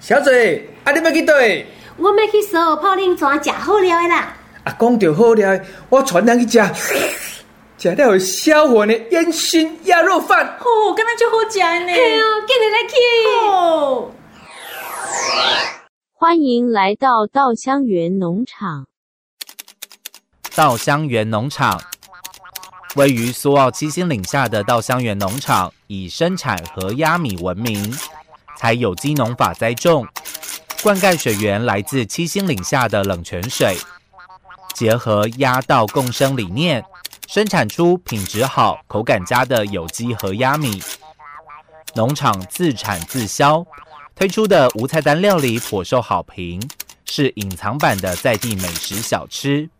小水，啊，你要去倒？我要去烧泡冷泉，食好料的啦。啊，讲着好料，我传人 去食，食了有销魂的烟熏鸭肉饭。哦，敢若就好食呢。嘿哦，今日来去。哦，欢迎来到稻香园农场。稻香园农场位于苏澳七星岭下的稻香园农场，以生产和压米闻名，采有机农法栽种，灌溉水源来自七星岭下的冷泉水，结合压稻共生理念，生产出品质好、口感佳的有机和压米。农场自产自销，推出的无菜单料理颇受好评，是隐藏版的在地美食小吃。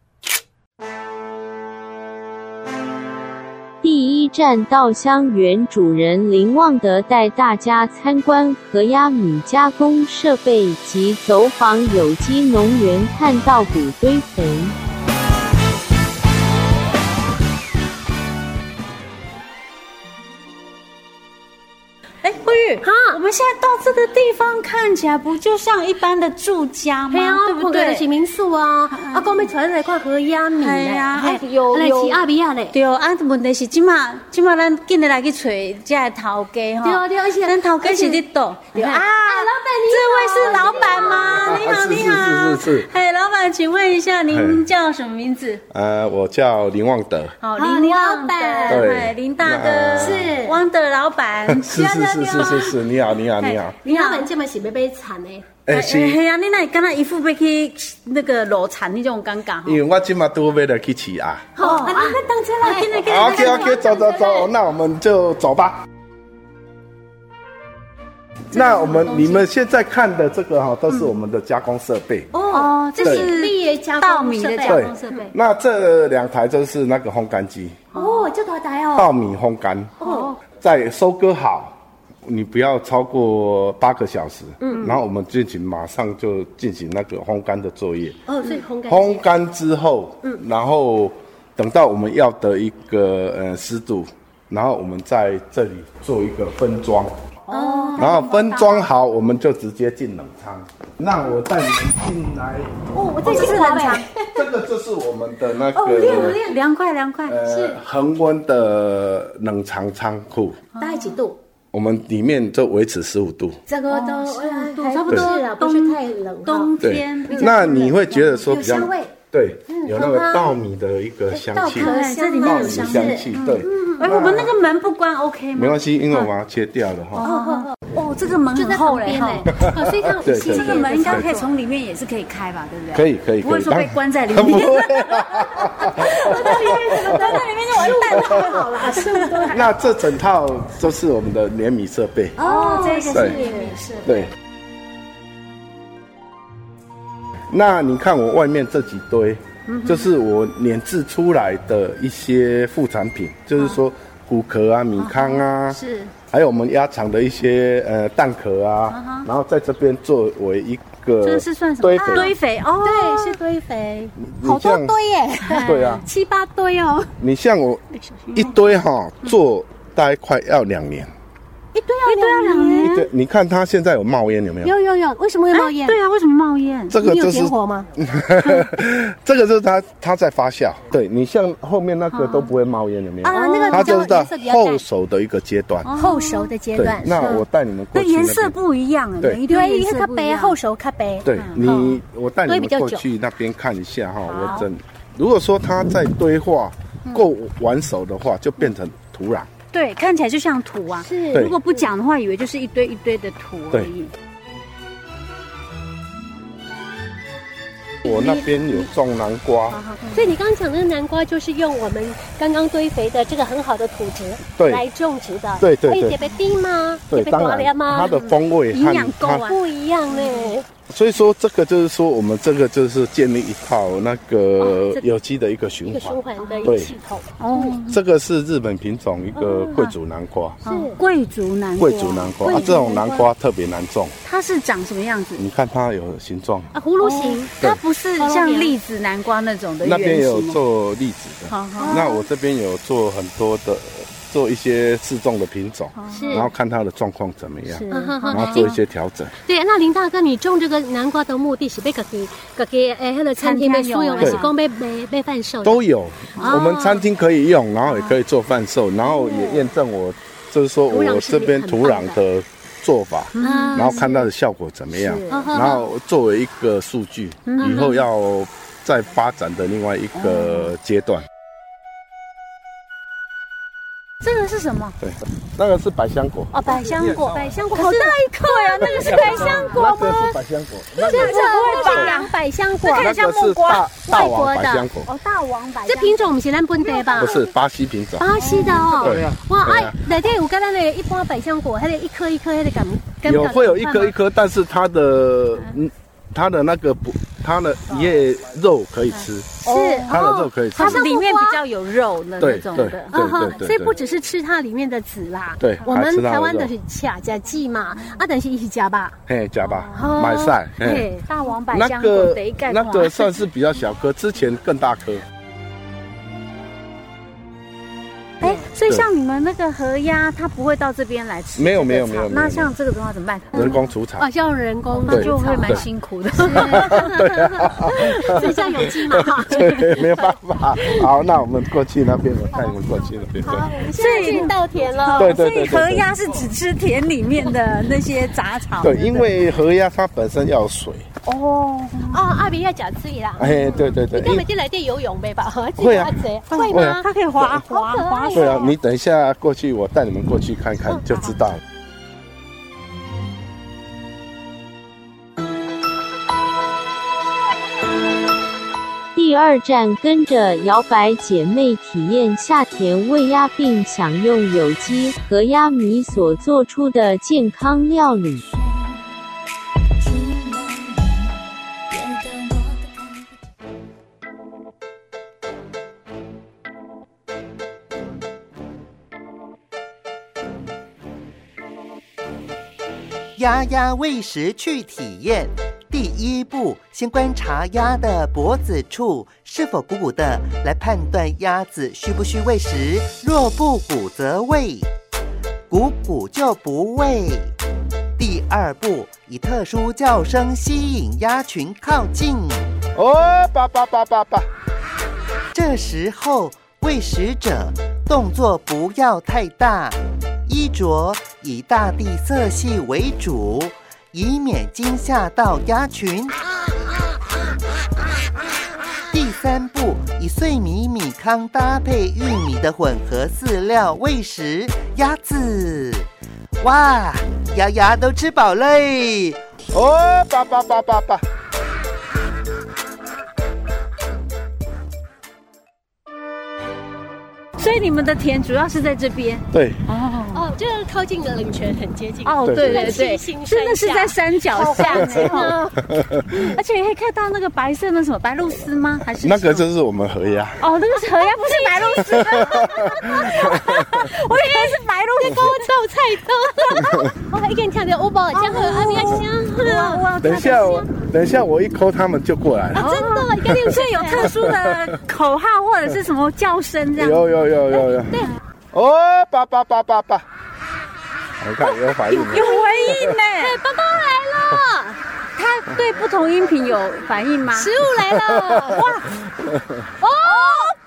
第一站稻香园主人林旺德带大家参观和压米加工设备及走访有机农园，看稻谷堆肥。哎，慧玉，哈我们现在到这个地方看起来不就像一般的住家嘿吗啊？，对不看到就是对？民宿啊，哦啊，讲要传来看河鸭米嘿啊哎哎有来有吃阿比亚嘞。对，啊，问题是即马即马咱今日来去找这头家对啊吼，对啊，而且咱头家是伫倒对啊啊，这位是老板老你好板吗？啊你好，是你好，是是是是嘿，老板，请问一下，您嘿叫什么名字？呃，我叫林旺德，好，啊哦林林老旺德板对嘿林大哥那是汪德老板， 是是是是是是，你好你好你好，你老板这么是要买惨的，哎是，嘿啊，你那刚才一副被去那个裸产那种尴尬因为我今嘛都为了去吃啊。好，啊，你们等车哎来，跟着跟好 OK OK，走走走，那我们就走吧。那我们你们现在看的这个哈，都是我们的加工设备。哦，这是对绿叶加稻工米设的备，加对工设备，那这两台就是那个烘干机，哦，这大台哦，稻米烘干，哦，再收割好，你不要超过八个小时。嗯，然后我们进行马上就进行那个烘干的作业。哦，嗯所以烘干机，烘干之后，嗯，然后等到我们要的一个呃湿度，然后我们在这里做一个分装，哦，然后分装好，我们就直接进冷仓。那我带你们进来，哦，我这是冷藏，这个就是我们的那哦，亮个亮，凉快凉快。呃恒温的冷藏仓库，大概几度？我们里面就维持十五度。这个都15度哎还啊差不是多啦，不冬是太冷哈，冬对天，那你会觉得说比较有香味嗯对，有那很棒个稻米的一个哎香稻气，壳哎这里面稻香嗯米香味气，对。哎，我们那个门不关 OK 吗？没关系，因为我把它切掉了哈。哦哦，这个门就在很旁厚嘞边哈。嘞，哦，所以它对对这个对门应该可以从。从里面也是可以开吧，对不对？可以可以，不会可以说被当关在里不面。 会在里面怎么在里面就完蛋了？太好了，十五度 还那这整套都是我们的碾米设备，哦，这个是对也是对。那你看我外面这几堆，嗯就是我碾制出来的一些副产品，就是说骨壳啊、米糠啊，哦是还有我们压厂的一些呃蛋壳啊，然后在这边作为一个嗯这是算什么啊堆？肥，堆肥哦，对，是堆肥，你这样耶， 对啊，七八堆哦，你像我一堆哈嗯做大概快要两年。一堆要两哦啊两年，对，啊你看它现在有冒烟，有没有？嗯有有有，为什么会冒烟？对啊，为什么冒烟？这个你就有是点火吗？ 这个就是它它在发酵。对你像后面那个都不会冒烟，有没有？啊，那个它比就较是在颜色比较后淡，哦熟的一个阶段。后熟的阶对段，。那我带你们过那去。颜色。不一样，啊对每一堆对，颜因为色它不一白样。后熟，它白，对你，我带你堆比们较过久去那边看一下哈。我整，如果说它在堆化嗯够完熟的话，就变成土壤。对，看起来就像土啊。是对如果不讲的话，以为就是一堆一堆的土而已。我那边有种南瓜，所以你刚刚讲的南瓜，就是用我们刚刚堆肥的这个很好的土质对来种植的。对对对特别低吗？对，特别当大然粒吗？它的风味营和养够它啊不一样嘞。所以说，这个就是说，我们这个就是建立一套那哦个这有机的一个一循个环循。环的一个对系统。哦，这个是日本品种一个贵族南瓜，哦贵族南瓜，贵族南瓜啊，这种南瓜特别难种。它是长什么样子？你看它有形状，啊，葫芦形，它不是好像了解栗子南瓜那种的哦那边圆有形吗？啊做栗子的好好，那我这边有做很多的做一些适种的品种，是然后看它的状况怎么样，是嗯哼哼然后做一些调整。对，那林大哥，你种这个南瓜的目的是被自己自己诶，迄个餐厅的使用，还是讲被被被贩售？都有，我们餐厅可以用，然后也可以做贩售，然后也验证我，就是说土壤我是这边很土壤棒的的做法，啊然后看它的效果怎么样，嗯然后作为一个数据，以后要再发展的另外一个阶段。这个是什么？对，那个是百香果，哦，百香果，百香果好大一颗呀！那个是百香果那吗个？是百香果，那这个个不会吧？百香果，那个是大大王百香果，哦，大王百这香果品种不是咱本地吧？不是巴西品种，巴西的哦对啊。哇，对哎啊，内底有跟咱的一般百香果，它的一颗一颗，它的感感有会有一颗一颗，但是它的嗯，它的那个不，它的哦叶肉可以吃，是它的肉可以吃它。是里面比较有肉的那对种对的。对对对，嗯所以不对只是吃它里面的籽啦，对我还们吃它的台湾肉的是卡甲剂嘛，啊，但是一起加吧，嘿，假吧，哦买菜，嘿，嘿大王百那香果个得一概那括个算是比较小颗，之前更大颗，哎，所以对像你们那个河鸭，它不会到这边来吃。没有没有没有没有啊那像这个的话怎么办？人工除草啊，，要人工对就 会蛮对辛苦的。哦 这叫有机嘛，哈啊对，没有办法。好，那我们过去那边，我看你们过去那边。对现在进稻田了，对所对以对河对对鸭是只吃田里面的那些杂草。对，不因为河鸭它本身要有水，哦，哦，阿明要讲自己啦，哎，对对对，你根因本进来得游泳呗吧？会啊会会啊吗？它可以滑滑好可爱滑哦水对啊，你等一下过去，我带你们过去看看就知道了。第二站跟着摇摆姐妹体验夏田喂鸭，并享用有机和鸭米所做出的健康料理。鸭鸭喂食去体验。第一步，先观察鸭的脖子处是否鼓鼓的，来判断鸭子需不需喂食。若不鼓则喂，鼓鼓就不喂。第二步，以特殊叫声吸引鸭群靠近。哦，爸爸爸爸爸，这时候，喂食者动作不要太大，衣着以大地色系为主，以免惊吓到鸭群。第三步，以碎米米糠搭配玉米的混合饲料喂食鸭子。哇，鸭鸭都吃饱嘞！哦，爸爸爸爸爸。所以你们的田主要是在这边。对，哦哦，这个靠近的冷泉很接近哦，对对对对在对七星，山真的是下在山脚下好干净哦呢。 而且可以看到那个白色的什么白鹭鸶吗？还是 那个什么就是我们河啊鸭。哦，那个是河鸭，不是白鹭鸶。我以为是白鹭高豆菜刀，我一个人跳着舞步，江河阿明鸶。香，哇哇，等一下我，等一下我一抠他们就过来了。啊真的，你看你所以有特殊的口号或者是什么叫声这样。有有有有有。哦，爸爸爸爸爸。我看有反应了。有回应呢，爸爸来了。他对不同音频有反应吗？食物来 了，哇，哦，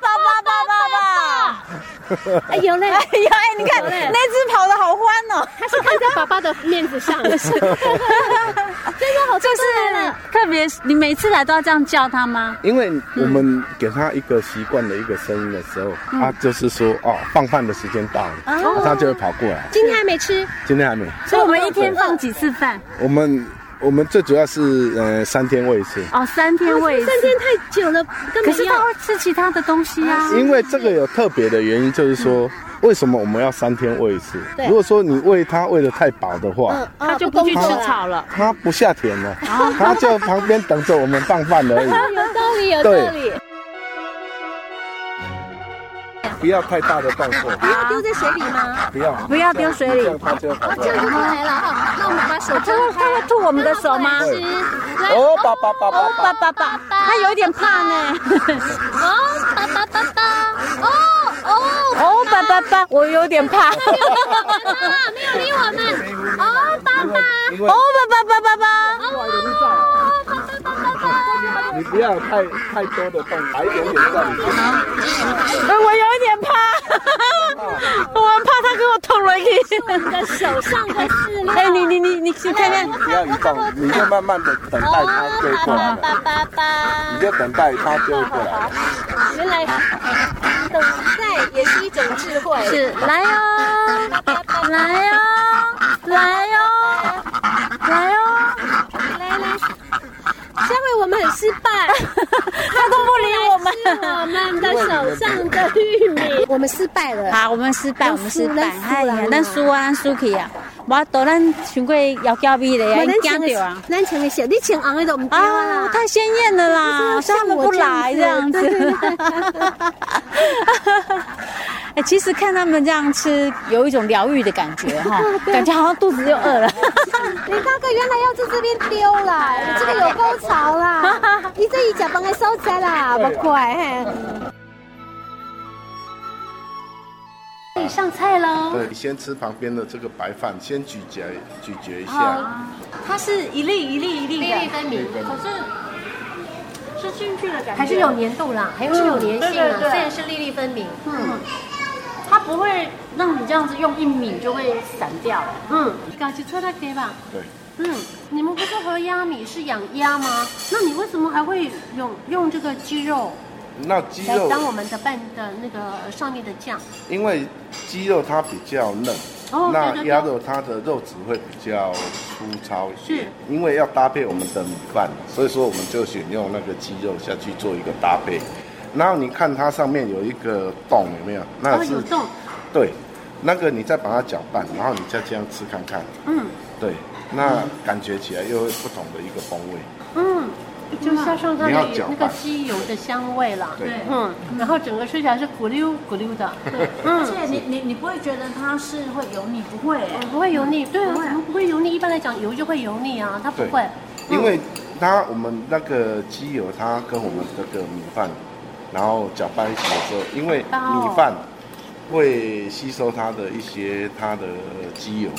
爸爸爸爸爸，哎有嘞，哎呀，哎，你看有嘞那只跑得好欢哦，他是看在爸爸的面子上， 是就是特别，你每次来都要这样叫它吗？因为我们给他一个习惯的一个声音的时候，他、就是说哦，放饭的时间到了，他就会跑过来。今天还没吃，今天还没，所以我们一天放几次饭？我们我们最主要是呃三天喂一次，哦，三天喂一次三。天太久了，根可本是要它会吃其他的东西啊。因为这个有特别的原因，就是说。嗯为什么我们要三天喂一次？对如果说你喂它喂的太饱的话，它就不去吃草了。它不下田了，哦它就旁边等着我们放饭 而已。有道理，有对道理。不要太大的动作，不要丢在水里吗？不要不要丢水里这样它就会跑过来。就过来了啊！那我妈妈手它会它会吐我们的手吗？吃，来哦，爸爸爸爸哦，爸爸爸，它有点怕呢。哦，爸爸爸爸，哦哦哦，爸爸爸，我有点怕。没有理我们。哦，爸爸，因为哦，爸爸爸爸爸，你不要太太多的动，还有点在里面。哎我有点怕，我很怕他给我捅了一我们的手上的饲料。哎，你你你你去看看，不要移动，你就慢慢的等待它追过来，哦爸爸爸你，就等待它追过来。原来等待也是一种智慧。是，来哟、来哟、来哟、来哟、来来，下回我们很失败，他都不理我们。是我们的手上的玉米，我们失败了。啊，我们失败，我们失败咱，输哎呀咱输啦，咱输啊，咱输去啊，无多咱想过要交米的啊，我因能惊穿着啊的，，咱穿的鞋，你穿红的都唔啊，对啦。太鲜艳了啦，就是像他像们我不这样来子这样对对子 对。哎，其实看他们这样吃，有一种疗愈的感觉哈，感觉好像肚子又饿了。你大哥原来要在这边丢啦，这个有够潮啦！你这一脚帮我收起啦，不快嘿。可以上菜喽。对，你先吃旁边的这个白饭，先咀嚼咀嚼一啊下。它是一粒一粒一粒的，分明，可是吃进去的感觉还是有粘度啦，还是有对粘性对啦，对虽然是粒粒分明。嗯它不会让你这样子用一抿就会散掉。嗯，搞起出来给吧。对，嗯，你们不是和鸭米是养鸭吗？那你为什么还会用用这个鸡肉那鸡来肉，当我们的拌的那个上面的酱？因为鸡肉它比较嫩，哦对那对对鸭肉它的肉质会比较粗糙一些是。因为要搭配我们的米饭，所以说我们就选用那个鸡肉下去做一个搭配。然后你看它上面有一个洞，有没有？那哦，是、有洞。对，那个你再把它搅拌，然后你再这样吃看看。嗯对，那感觉起来又会不同的一个风味。嗯，就加上它你的要搅那拌个鸡油的香味了。对嗯，然后整个吃起来是咕溜咕溜 的。而嗯。且你你你不会觉得它是会油腻，不会、欸，哎不会油腻，对啊，怎么不会油腻？一般来讲，油就会油腻啊，它不对会。嗯因为它我们那个鸡油，它跟我们这个米饭，然后搅拌一起的时候，因为哦米饭会吸收它的一些它的鸡油，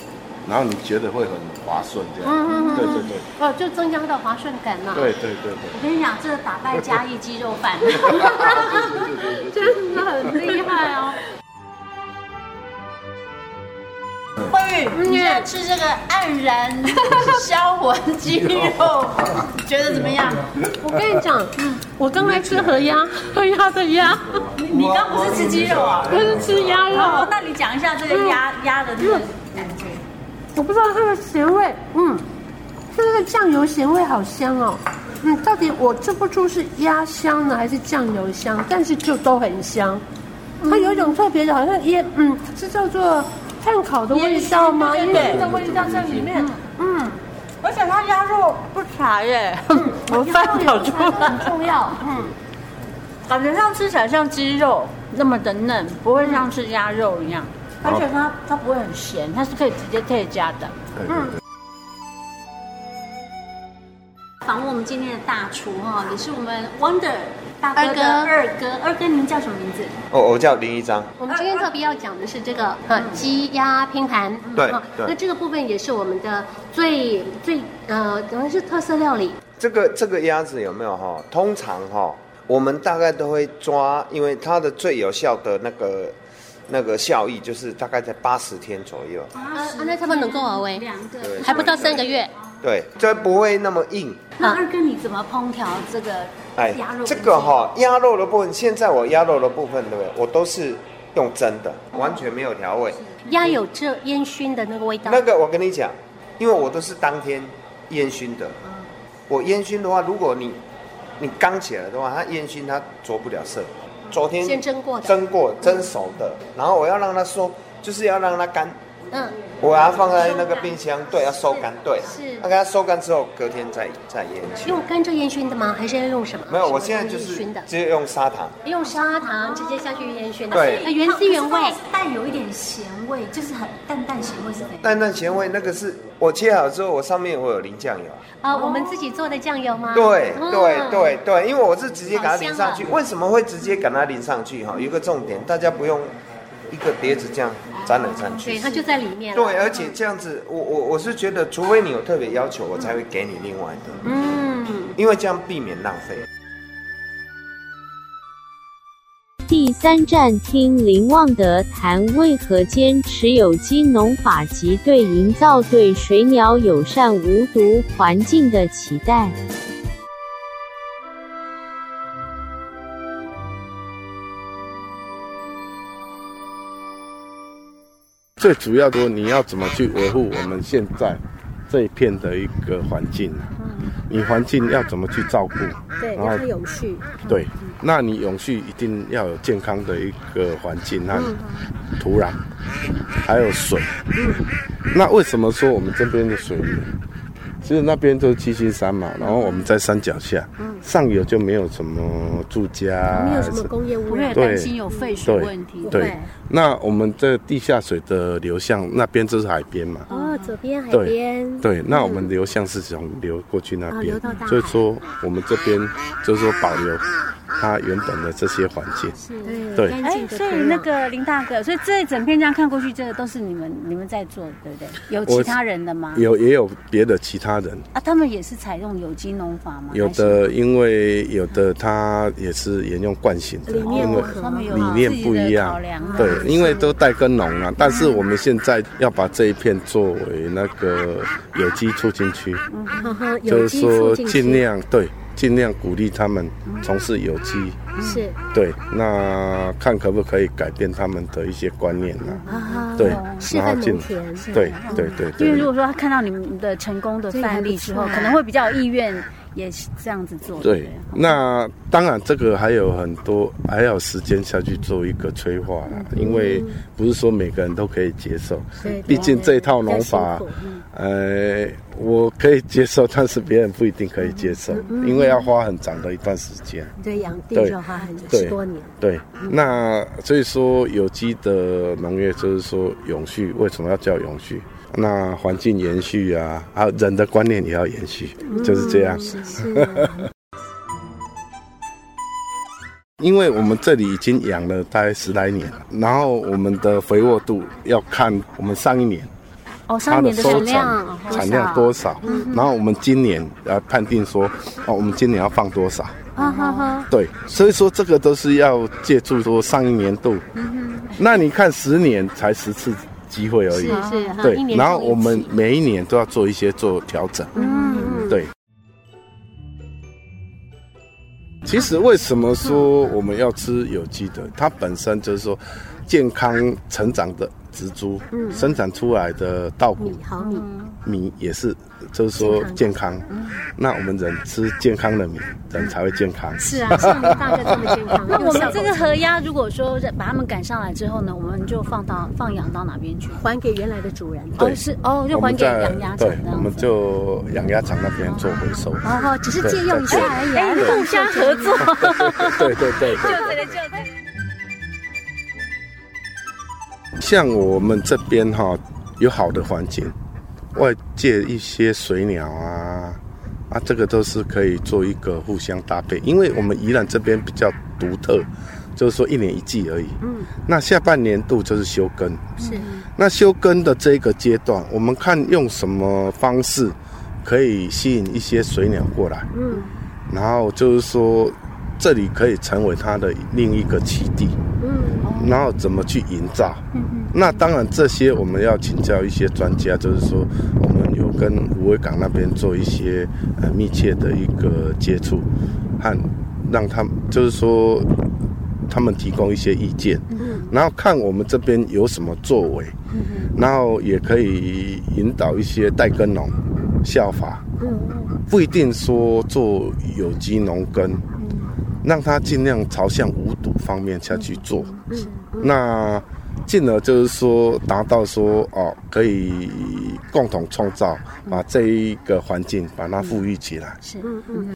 然后你觉得会很滑顺这样。嗯嗯嗯对对对，哦，就增加它的滑顺感呐。对对对对我跟你讲，这个打败嘉义鸡肉 饭。对对对对对。真的很厉害哦。慧宇，你现在吃这个黯然销魂鸡肉，你觉得怎么样？我跟 你讲，嗯我刚来吃河鸭，河鸭的鸭，你你刚不是吃鸡肉啊？不是吃鸭哦 肉，，那你讲一下这个鸭嗯鸭的那个感觉。我不知道它的咸味，嗯，它那个酱油咸味好香哦，嗯，到底我吃不出是鸭香呢还是酱油香，但是就都很香，嗯它有一种特别的，好像腌，嗯，是叫做炭烤的味道吗？对因对为对的味道在里面，嗯，而且它鸭肉不柴耶，嗯 我翻炒出很来，重要，嗯，感觉上吃起来像鸡肉，那么的嫩，不会像是鸭肉一样。而且它它不会很咸，它是可以直接可加的。对对对访问我们今天的大厨哈，也是我们 Wonder 大哥的二哥，二哥您叫什么名字？哦，我叫林一章，我们今天特别要讲的是这个呃鸡鸭拼盘，对啊对那这个部分也是我们的最最呃，等于是特色料理，这个这个鸭子有没有哈、通常哈、我们大概都会抓，因为它的最有效的那个那个效益就是大概在八十天左右，啊，那差不多能够啊喂，两个对还不到三个月，啊对，这不会那么硬。那二哥你怎么烹调这个哎鸭肉？，这个哈、鸭肉的部分，现在我鸭肉的部分对不对？我都是用蒸的，完全没有调味。鸭有这烟熏的那个味道，那个我跟你讲，因为我都是当天烟熏的，嗯我烟熏的话，如果你你刚起来的话，它烟熏它着不了色。昨天先蒸过的蒸过蒸熟的，然后我要让它收，就是要让它干，嗯，我把它放在那个冰箱，对，要收干，对，是那给它收干之后，隔天再再烟熏。用甘蔗烟熏的吗？还是要用什么？没有，我什么现在就烟是熏的，直接用砂糖，用砂糖直接下去烟熏的，对它原汁原味，但有一点咸味，就是很淡淡咸味是可以。淡淡咸味。那个是我切好之后，我上面我有淋酱油。啊，我们自己做的酱油吗？对嗯对对对，因为我是直接给它好淋香上去。为什么会直接给它淋上去？哈，有一个重点，大家不用一个碟子这样沾来沾去。对，它就在里面。对，而且这样子，我我我是觉得，除非你有特别要求，我才会给你另外的。嗯，因为这样避免浪费。第三站听林旺德谈为何坚持有机农法及对营造对水鸟友善无毒环境的期待。最主要的你要怎么去维护我们现在这一片的一个环境？啊嗯你环境要怎么去照顾？对，然后让它永续。对，那你永续一定要有健康的一个环境和嗯土壤，还有水。嗯那为什么说我们这边的水域？其实那边都是七星山嗯嘛，然后我们在山脚下，上游就没有什么住家啊，没有什还么是工业污我也染。担心有废水问题。对对，那我们这地下水的流向那边就是海边嘛，哦，左边海对边。嗯对，那我们流向是从流过去那哦边流到大，海所以说我们这边就是说保留它原本的这些环境。对对嗯干哎净，的所以土壤那个林大哥，所以这一整片这样看过去，这个都是你们你们在做的，对不对？有我其他人的吗？有也有别的其他人，啊，他们也是采用有机农法吗？有的因为有的他也是沿用惯性的，理念因不为合他们有理念不一样考量，啊对，因为都带耕农啊。但是我们现在要把这一片作为那个有机促进区，哈哈，有就机是嗯促说进尽区嗯量对，尽量鼓励他们从事有机。是对，那看可不可以改变他们的一些观念啊？啊，对，示然范后进农田。对对对因为如对果说他看到你们的成功的范例之后，这个还不错啊可能会比较有意愿也是这样子哦做。对。那当然，这个还有很多，还有时间下去做一个催化啦，因为不是说每个人都可以接受嗯对对。毕竟这套农比较法辛苦，嗯呃，我可以接受，但是别人不一定可以接受，因为要花很长的一段时间。嗯对，养地对就花很对十多年。对，那所以说有机的农业就是说永续，为什么要叫永续？那环境延续啊，还有人的观念也要延续，就是这样。嗯是啊 因为我们这里已经养了大概十来年了，然后我们的肥沃度要看我们上一年哦，它上面的收产产量产量多少，然后我们今年来判定说，哦，我们今年要放多少。啊哈哈，对，所以说这个都是要借助说上一年度，那你看十年才十次机会而已，啊是哈，对一，年然后种一我们次每一年都要做一些做调整，嗯，对。其实为什么说我们要吃有机的？它本身就是说健康成长的植株生产出来的稻谷米毫米米也是，就是说健康。那我们人吃健康的米，人才会健康。是啊，像您大哥这么健康，那我们这有效个河鸭，如果说把它们赶上来之后呢，我们就放到放养到哪边去？还给原来的主人。哦，是哦，就我还们给在养鸭场对这，我样们子。就养鸭场那边做回收。哦吼，只是借用一下而已啊。哎，互相合作，对对对对。这 个就像我们这边哈、有好的环境，外界一些水鸟啊啊，这个都是可以做一个互相搭配，因为我们宜兰这边比较独特，就是说一年一季而已。嗯，那下半年度就是休耕，是那休耕的这个阶段，我们看用什么方式可以吸引一些水鸟过来。嗯，然后就是说，这里可以成为它的另一个栖地。嗯，然后怎么去营造？嗯那当然这些我们要请教一些专家，就是说我们有跟五味港那边做一些呃密切的一个接触，和让他们就是说他们提供一些意见，然后看我们这边有什么作为，然后也可以引导一些代耕农效法，不一定说做有机农耕，让他尽量朝向无毒方面下去做，那进而就是说达到说哦，可以共同创造把这一个环境把它富裕起来。是。嗯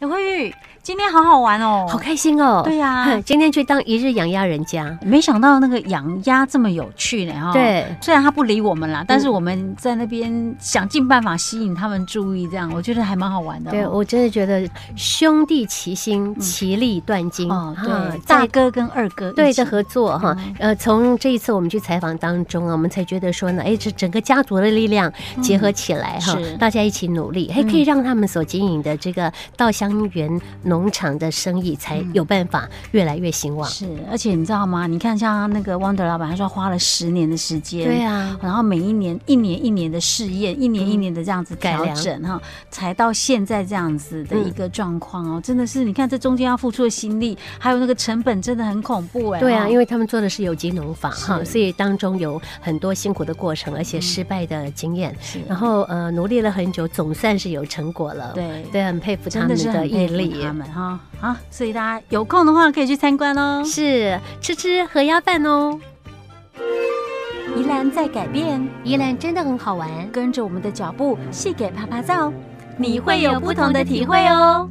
哎，慧玉，今天好好玩哦，好开心哦。对呀、哼今天去当一日养鸭人家，没想到那个养鸭这么有趣呢哈。对虽然他不理我们嗯啦，但是我们在那边想尽办法吸引他们注意，这样我觉得还蛮好玩的哦。嗯对我真的觉得兄弟齐心，其利断金。哦嗯对，大哥跟二哥一嗯对起的合作哈，呃，从这一次我们去采访当中啊，我们才觉得说呢，哎，这整个家族的力量结合起来哈嗯是，嗯大家一起努力，还可以让他们所经营的这个稻香园农场的生意才有办法越来越兴旺。嗯是，而且你知道吗？你看像那个 Wonder 老板，他说花了十年的时间，对啊然后每一年一年一年的试验，一年一年的这样子改调良整哈，才到现在这样子的一个状况哦，真的是你看这中间要付出的心力，还有那个成本，真的很恐怖哎。对啊，哈因为他们做的是有机农法哈，是嗯所以当中有很多辛苦的过程，而且失败的经验。然后呃，努力了很久，总算是有成果了。对对，很佩服他真们的是很毅佩服力。他们哈啊，所以大家有空的话可以去参观哦。是吃吃和鸭饭哦。宜兰在改变，宜兰真的很好玩，跟着我们的脚步，细给啪啪造，你会有不同的体会哦。